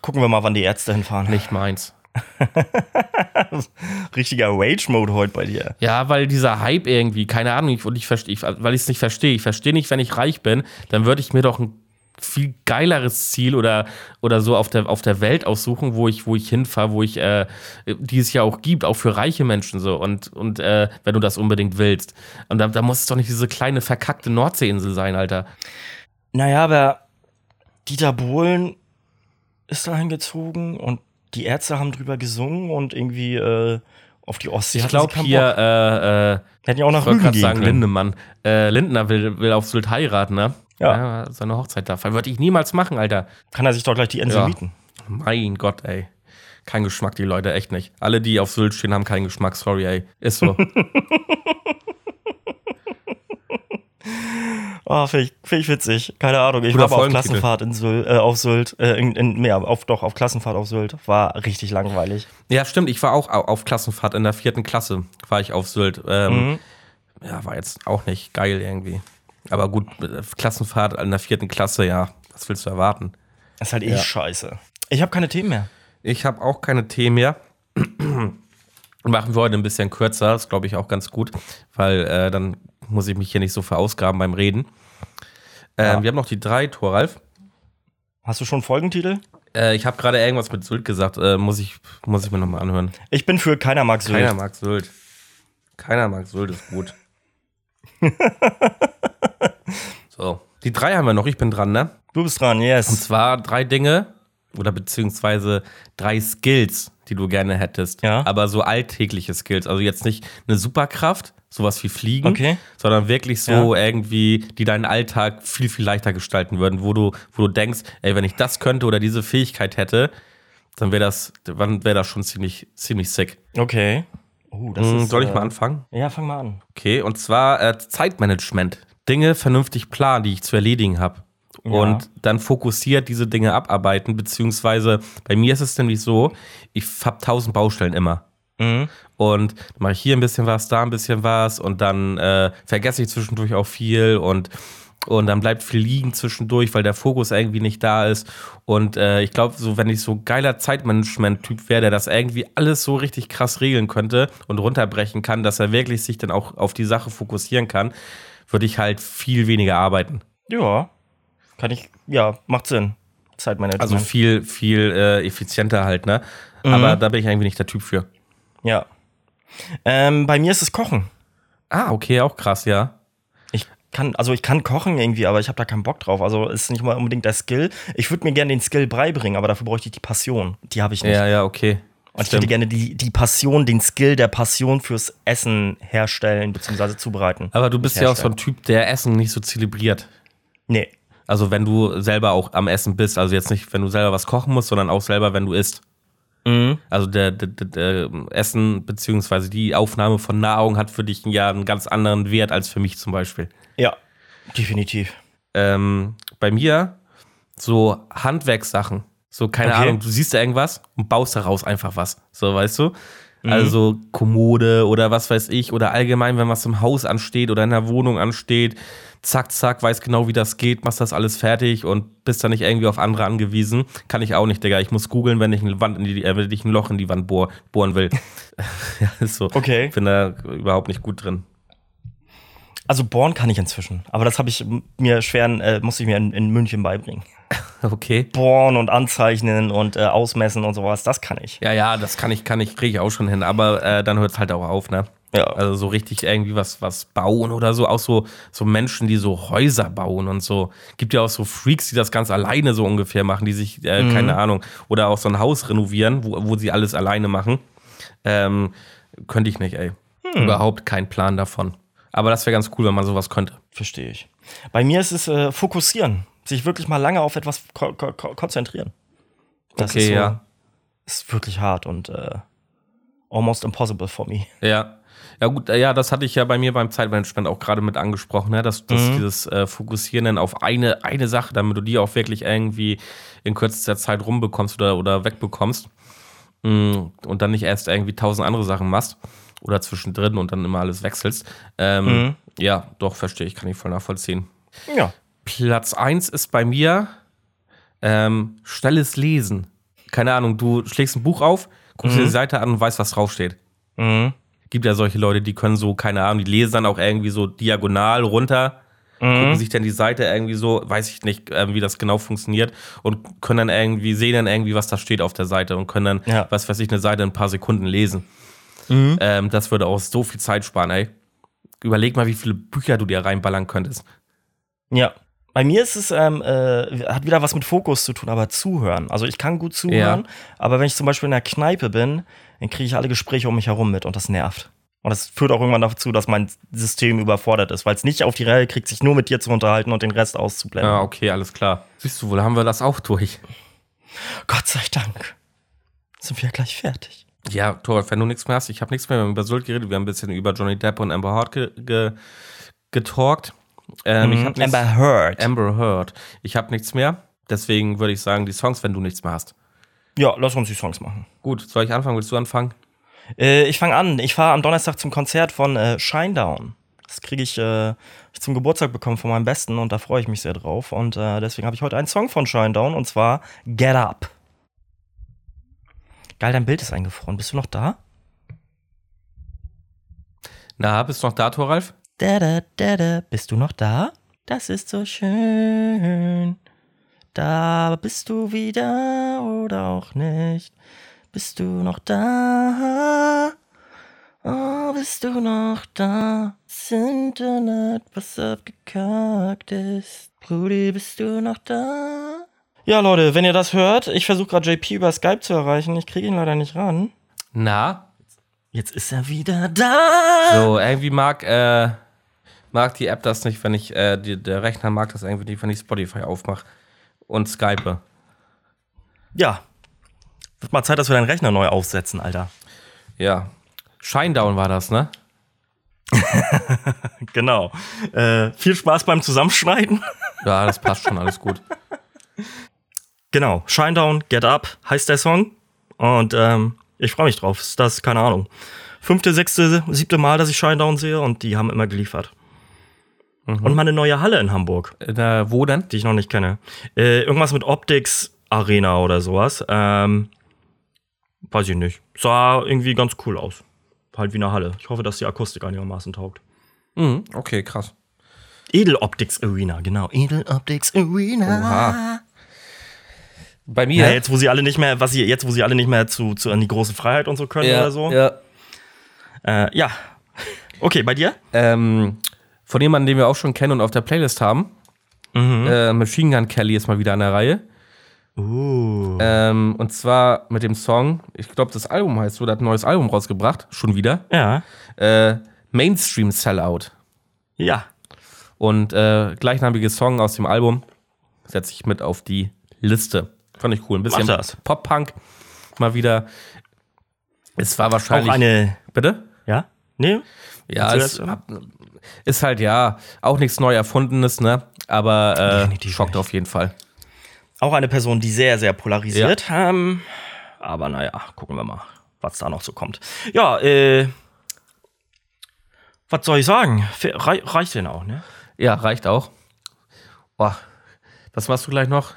Speaker 2: Gucken wir mal, wann die Ärzte hinfahren.
Speaker 1: nicht meins.
Speaker 2: (laughs) Richtiger Rage-Mode heute bei dir.
Speaker 1: Ja, weil dieser Hype irgendwie, keine Ahnung, ich, und ich verstehe, ich, weil ich es nicht verstehe. Ich verstehe nicht, wenn ich reich bin, dann würde ich mir doch ein viel geileres Ziel oder, oder so auf der, auf der Welt aussuchen, wo ich, wo ich hinfahre, wo ich, äh, die es ja auch gibt, auch für reiche Menschen so. Und, und äh, wenn du das unbedingt willst. Und da, da muss es doch nicht diese kleine verkackte Nordseeinsel sein, Alter.
Speaker 2: Naja, aber Dieter Bohlen ist da hingezogen und die Ärzte haben drüber gesungen und irgendwie äh, auf die Ostsee
Speaker 1: Ich
Speaker 2: hatten
Speaker 1: glaube
Speaker 2: sie keinen
Speaker 1: hier,
Speaker 2: Bock.
Speaker 1: äh, äh,
Speaker 2: hätten ja auch nach
Speaker 1: Ich wollte
Speaker 2: Rügen
Speaker 1: gerade
Speaker 2: gehen
Speaker 1: sagen,
Speaker 2: können.
Speaker 1: Lindemann. Äh, Lindner will, will auf Sylt heiraten, ne?
Speaker 2: Ja.
Speaker 1: Seine Hochzeit darf. Würde ich niemals machen, Alter.
Speaker 2: Kann er sich doch gleich die Insel
Speaker 1: Ja.
Speaker 2: mieten.
Speaker 1: Mein Gott, ey. Kein Geschmack, die Leute, echt nicht. Alle, die auf Sylt stehen, haben keinen Geschmack. Sorry, ey. Ist
Speaker 2: (laughs)
Speaker 1: so.
Speaker 2: Ah, finde ich, find ich witzig. Keine Ahnung. Ich
Speaker 1: Guter
Speaker 2: war aber auf
Speaker 1: Folgentitel.
Speaker 2: Klassenfahrt in Sylt, äh, auf Sylt, äh, in, in, mehr, auf, doch, auf Klassenfahrt auf Sylt. War richtig langweilig.
Speaker 1: ja, stimmt. Ich war auch au- auf Klassenfahrt in der vierten Klasse. War ich auf Sylt. Ähm,
Speaker 2: Mhm.
Speaker 1: Ja, war jetzt auch nicht geil irgendwie. Aber gut, äh, Klassenfahrt in der vierten Klasse, ja. Was willst du erwarten?
Speaker 2: Ist halt eh scheiße. Ich habe keine Themen mehr.
Speaker 1: Ich habe auch keine Themen mehr. Machen wir heute ein bisschen kürzer, ist glaube ich auch ganz gut, weil äh, dann muss ich mich hier nicht so verausgaben beim Reden. Ähm,
Speaker 2: Ja.
Speaker 1: Wir haben noch die drei, Thoralf.
Speaker 2: Hast du schon einen Folgentitel?
Speaker 1: Äh, ich habe gerade irgendwas mit Sylt gesagt, äh, muss, ich, muss ich mir nochmal anhören.
Speaker 2: Ich bin für keiner mag Sylt.
Speaker 1: Keiner mag Sylt. Keiner mag Sylt, ist (laughs) gut. so, die drei haben wir noch, ich bin dran, ne?
Speaker 2: Du bist dran,
Speaker 1: Und
Speaker 2: yes.
Speaker 1: zwar drei Dinge oder beziehungsweise drei Skills, die du gerne hättest.
Speaker 2: Ja.
Speaker 1: Aber so alltägliche Skills. Also jetzt nicht eine Superkraft, sowas wie Fliegen,
Speaker 2: Okay.
Speaker 1: sondern wirklich so irgendwie, die deinen Alltag viel, viel leichter gestalten würden, wo du, wo du denkst, ey, wenn ich das könnte oder diese Fähigkeit hätte, dann wäre das, dann wäre das schon ziemlich, ziemlich sick.
Speaker 2: Okay. Oh, das
Speaker 1: Hm, Soll ich
Speaker 2: äh,
Speaker 1: mal anfangen?
Speaker 2: Ja, fang mal an.
Speaker 1: Okay, und zwar äh, Zeitmanagement. Dinge vernünftig planen, die ich zu erledigen habe. Und dann fokussiert diese Dinge abarbeiten, beziehungsweise bei mir ist es nämlich so, ich habe tausend Baustellen immer. Und dann mache ich hier ein bisschen was, da ein bisschen was und dann äh, vergesse ich zwischendurch auch viel und, und dann bleibt viel liegen zwischendurch, weil der Fokus irgendwie nicht da ist. Und äh, ich glaube, so wenn ich so ein geiler Zeitmanagement-Typ wäre, der das irgendwie alles so richtig krass regeln könnte und runterbrechen kann, dass er wirklich sich dann auch auf die Sache fokussieren kann, würde ich halt viel weniger arbeiten.
Speaker 2: Ja. Kann ich, ja, macht Sinn. Zeitmanagement.
Speaker 1: Also viel, viel äh, effizienter halt, ne?
Speaker 2: Mhm.
Speaker 1: Aber da bin ich eigentlich nicht der Typ für.
Speaker 2: Ja. Ähm, bei mir ist es Kochen.
Speaker 1: Ah, okay, auch krass, ja.
Speaker 2: Ich kann, also ich kann kochen irgendwie, aber ich habe da keinen Bock drauf. Also ist nicht mal unbedingt der Skill. Ich würde mir gerne den Skill beibringen, aber dafür bräuchte ich die Passion. Die habe ich nicht.
Speaker 1: Ja, ja, okay.
Speaker 2: Und ich würde
Speaker 1: Stimmt.
Speaker 2: gerne die, die Passion, den Skill der Passion fürs Essen herstellen bzw. zubereiten.
Speaker 1: Aber du bist ja auch so ein
Speaker 2: herstellen.
Speaker 1: Typ, der Essen nicht so zelebriert.
Speaker 2: Nee.
Speaker 1: Also wenn du selber auch am Essen bist, also jetzt nicht, wenn du selber was kochen musst, sondern auch selber, wenn du isst. Also der, der, der, der Essen beziehungsweise die Aufnahme von Nahrung hat für dich ja einen ganz anderen Wert als für mich zum Beispiel.
Speaker 2: Ja, definitiv.
Speaker 1: Ähm, bei mir so Handwerkssachen. So, keine
Speaker 2: Okay.
Speaker 1: Ahnung, du siehst da irgendwas und baust daraus einfach was. So, weißt du?
Speaker 2: Mhm.
Speaker 1: Also Kommode oder was weiß ich oder allgemein, wenn was im Haus ansteht oder in der Wohnung ansteht, zack, zack, weiß genau, wie das geht, machst das alles fertig und bist da nicht irgendwie auf andere angewiesen. Kann ich auch nicht, Digga. Ich muss googeln, wenn ich, eine Wand in die, äh, wenn ich ein Loch in die Wand bohr, bohren
Speaker 2: (laughs)
Speaker 1: will. (laughs) ja, ist so.
Speaker 2: Okay.
Speaker 1: Ich bin da überhaupt nicht gut drin. (laughs)
Speaker 2: Also Born kann ich inzwischen, aber das habe ich mir schwer, äh, musste ich mir in, in München beibringen.
Speaker 1: Okay.
Speaker 2: Born und anzeichnen und äh, ausmessen und sowas, das kann ich.
Speaker 1: Ja, ja, das kann ich, kann ich, kriege ich auch schon hin, aber äh, dann hört es halt auch auf, ne?
Speaker 2: Ja.
Speaker 1: Also so richtig irgendwie was, was bauen oder so, auch so, so Menschen, die so Häuser bauen und so. Gibt ja auch so Freaks, die das ganz alleine so ungefähr machen, die sich, äh, keine Ahnung, oder auch so ein Haus renovieren, wo, wo sie alles alleine machen. Ähm, könnte ich nicht, ey. Überhaupt kein Plan davon. Aber das wäre ganz cool, wenn man sowas könnte.
Speaker 2: Verstehe ich. Bei mir ist es äh, fokussieren, sich wirklich mal lange auf etwas ko ko ko konzentrieren.
Speaker 1: Okay, ja.
Speaker 2: ist wirklich hart und äh, almost impossible for me.
Speaker 1: Ja. Ja, gut, äh, ja, das hatte ich ja bei mir beim Zeitmanagement auch gerade mit angesprochen, ne? dass, dass dieses äh, Fokussieren dann auf eine, eine Sache, damit du die auch wirklich irgendwie in kürzester Zeit rumbekommst oder, oder wegbekommst Mm, und dann nicht erst irgendwie tausend andere Sachen machst oder zwischendrin und dann immer alles wechselst. Ähm, Ja, doch, verstehe ich, kann ich voll nachvollziehen.
Speaker 2: Ja.
Speaker 1: Platz 1 ist bei mir ähm, schnelles Lesen. Keine Ahnung, du schlägst ein Buch auf, guckst dir die Seite an und weißt, was draufsteht
Speaker 2: Mhm.
Speaker 1: gibt ja solche Leute, die können so, keine Ahnung, die lesen dann auch irgendwie so diagonal runter,
Speaker 2: Mhm.
Speaker 1: gucken sich dann die Seite irgendwie so, weiß ich nicht, äh, wie das genau funktioniert und können dann irgendwie, sehen dann irgendwie, was da steht auf der Seite und können dann,
Speaker 2: Ja.
Speaker 1: was weiß ich, eine Seite in ein paar Sekunden lesen. Ähm, das würde auch so viel Zeit sparen, ey. Überleg mal, wie viele Bücher du dir reinballern könntest.
Speaker 2: Ja. Bei mir ist es, ähm, äh, hat wieder was mit Fokus zu tun, aber zuhören. Also ich kann gut zuhören, aber wenn ich zum Beispiel in der Kneipe bin, dann kriege ich alle Gespräche um mich herum mit und das nervt. Und das führt auch irgendwann dazu, dass mein System überfordert ist, weil es nicht auf die Reihe kriegt, sich nur mit dir zu unterhalten und den Rest auszublenden.
Speaker 1: Ja, okay, alles klar. Siehst du wohl, haben wir das auch durch.
Speaker 2: Gott sei Dank. Sind wir gleich fertig.
Speaker 1: Ja, Torwart, wenn du nichts mehr hast, ich habe nichts mehr. Wir haben über Sylt geredet, wir haben ein bisschen über Johnny Depp und Amber Heard ge ge getalkt. Ähm, ich hab nichts-
Speaker 2: Mhm. Amber Heard.
Speaker 1: Amber Heard. Ich habe nichts mehr. Deswegen würde ich sagen, die Songs, wenn du nichts mehr hast.
Speaker 2: ja, lass uns die Songs machen.
Speaker 1: Gut, soll ich anfangen? Willst du anfangen?
Speaker 2: Äh, ich fange an. Ich fahre am Donnerstag zum Konzert von äh, Shinedown. Das kriege ich äh, zum Geburtstag bekommen von meinem Besten und da freue ich mich sehr drauf. Und äh, deswegen habe ich heute einen Song von Shinedown und zwar Get Up. Geil, dein Bild ist eingefroren. Bist du noch da?
Speaker 1: Na, bist du noch da, Thoralf?
Speaker 2: Da, da, da, da. Bist du noch da? Das ist so schön. Da bist du wieder oder auch nicht. Bist du noch da? Oh, bist du noch da? Das Internet, was abgekackt ist. Brudi, bist du noch da? Ja, Leute, wenn ihr das hört, ich versuche gerade JP über Skype zu erreichen. Ich kriege ihn leider nicht ran.
Speaker 1: Na?
Speaker 2: Jetzt ist er wieder da.
Speaker 1: So, irgendwie mag, äh, mag die App das nicht, wenn ich, äh, die, der Rechner mag das irgendwie nicht, wenn ich Spotify aufmache und Skype.
Speaker 2: Ja. Wird mal Zeit, dass wir deinen Rechner neu aufsetzen, Alter. (laughs)
Speaker 1: Ja. Shinedown war das, ne?
Speaker 2: Genau. Äh, viel Spaß beim Zusammenschneiden. (laughs)
Speaker 1: Ja, das passt schon, alles gut.
Speaker 2: Genau. Shinedown, Get Up heißt der Song. Und ähm, ich freue mich drauf. Ist Das ist keine Ahnung. Fünfte, sechste, siebte Mal, dass ich Shinedown sehe und die haben immer geliefert. Und mal eine neue Halle in Hamburg,
Speaker 1: Äh, wo denn?
Speaker 2: die ich noch nicht kenne. Äh, irgendwas mit Optics Arena oder sowas. Ähm, weiß ich nicht. Sah irgendwie ganz cool aus. Halt wie eine Halle. Ich hoffe, dass die Akustik einigermaßen taugt.
Speaker 1: Mhm, okay, krass.
Speaker 2: Edeloptics Arena, genau. Edeloptics Arena.
Speaker 1: Oha. Bei mir?
Speaker 2: Ja, jetzt, wo sie alle nicht mehr, was sie, jetzt, wo sie alle nicht mehr zu, zu an die große Freiheit und so können
Speaker 1: ja,
Speaker 2: oder so.
Speaker 1: ja.
Speaker 2: Äh, ja. Okay, bei dir?
Speaker 1: Ähm, von jemandem, den wir auch schon kennen und auf der Playlist haben.
Speaker 2: Mhm.
Speaker 1: Äh, Machine Gun Kelly ist mal wieder an der Reihe.
Speaker 2: Uh.
Speaker 1: Ähm, und zwar mit dem Song, ich glaube, das Album heißt so, der hat ein neues Album rausgebracht, schon wieder.
Speaker 2: Ja.
Speaker 1: Äh, Mainstream Sellout.
Speaker 2: Ja.
Speaker 1: Und äh, gleichnamige Song aus dem Album setze ich mit auf die Liste. Fand ich cool. Ein bisschen
Speaker 2: Mach das.
Speaker 1: Pop-Punk mal wieder. Es war
Speaker 2: Auch
Speaker 1: wahrscheinlich.
Speaker 2: eine.
Speaker 1: bitte?
Speaker 2: Ja? Nee?
Speaker 1: Ja,
Speaker 2: Willst
Speaker 1: es
Speaker 2: du das
Speaker 1: ist halt ja auch nichts neu erfundenes, ne? Aber äh,
Speaker 2: Definitiv
Speaker 1: schockt
Speaker 2: nicht.
Speaker 1: auf jeden Fall.
Speaker 2: Auch eine Person, die sehr, sehr polarisiert. Ähm, aber naja, gucken wir mal, was da noch so kommt. Ja, äh. Was soll ich sagen? Fe- Rei reicht denn auch, ne?
Speaker 1: Ja, reicht auch. Boah, was machst du gleich noch?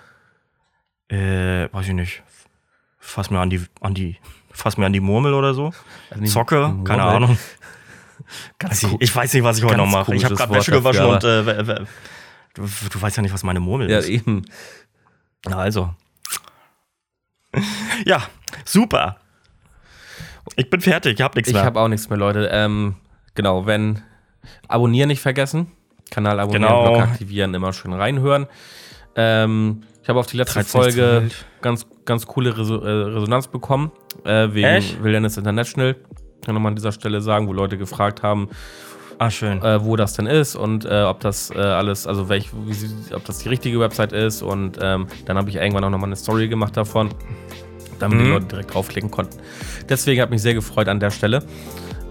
Speaker 2: Äh, weiß ich nicht. Fass mir an die, an die, fass mir an die Murmel oder so.
Speaker 1: An die
Speaker 2: Zocke,
Speaker 1: Murmel.
Speaker 2: keine Ahnung. Weiß ich,
Speaker 1: ko-
Speaker 2: ich weiß nicht, was ich heute noch
Speaker 1: ganz
Speaker 2: mache. Ich habe
Speaker 1: komisches
Speaker 2: gerade Wäsche
Speaker 1: Wort
Speaker 2: gewaschen
Speaker 1: dafür,
Speaker 2: und äh, we- we- du, du weißt ja nicht, was meine Murmel
Speaker 1: Ja,
Speaker 2: ist.
Speaker 1: eben.
Speaker 2: Na also. Ja, super. Ich bin fertig, ich hab nichts
Speaker 1: Ich
Speaker 2: mehr.
Speaker 1: habe auch nichts mehr, Leute. Ähm, genau, wenn abonnieren nicht vergessen. Kanal abonnieren,
Speaker 2: Genau.
Speaker 1: Glocke aktivieren, immer schön reinhören. Ähm, ich habe auf die letzte
Speaker 2: Treibt's nicht zur
Speaker 1: Folge
Speaker 2: Welt.
Speaker 1: ganz, ganz coole Reso äh, Resonanz bekommen. Äh, wegen
Speaker 2: Echt?
Speaker 1: Wilderness International. Kann nochmal an dieser Stelle sagen, wo Leute gefragt haben,
Speaker 2: ah, schön.
Speaker 1: äh, wo das denn ist und äh, ob das äh, alles, also welch, wie sie, ob das die richtige Website ist. Und ähm, dann habe ich irgendwann auch nochmal eine Story gemacht davon, damit die
Speaker 2: Mhm.
Speaker 1: Leute direkt draufklicken konnten. Deswegen hat mich sehr gefreut an der Stelle.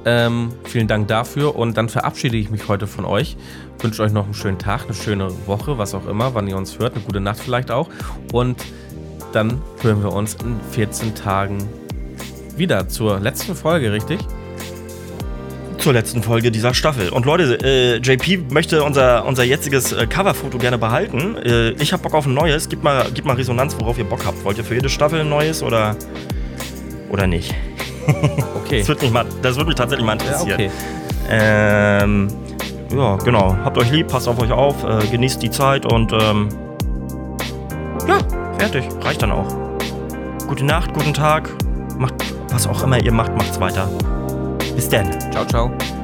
Speaker 1: Ähm, vielen Dank dafür und dann verabschiede ich mich heute von euch. Wünsche euch noch einen schönen Tag, eine schöne Woche, was auch immer, wann ihr uns hört, eine gute Nacht vielleicht auch. Und dann hören wir uns in 14 Tagen wieder zur letzten Folge, richtig?
Speaker 2: Zur letzten Folge dieser Staffel. Und Leute, äh, JP möchte unser, unser jetziges äh, Coverfoto gerne behalten. Äh, ich hab Bock auf ein neues. Gib mal, gib mal Resonanz, worauf ihr Bock habt. Wollt ihr für jede Staffel ein neues oder, oder nicht?
Speaker 1: Okay.
Speaker 2: Das wird mich, mal, das wird mich tatsächlich mal
Speaker 1: Ja,
Speaker 2: interessieren.
Speaker 1: okay.
Speaker 2: Ähm, ja, genau. Habt euch lieb, passt auf euch auf, äh, genießt die Zeit und ähm, ja, fertig. Reicht dann auch. Gute Nacht, guten Tag. Macht, was auch immer ihr macht, macht's weiter. Bis denn.
Speaker 1: Ciao, ciao.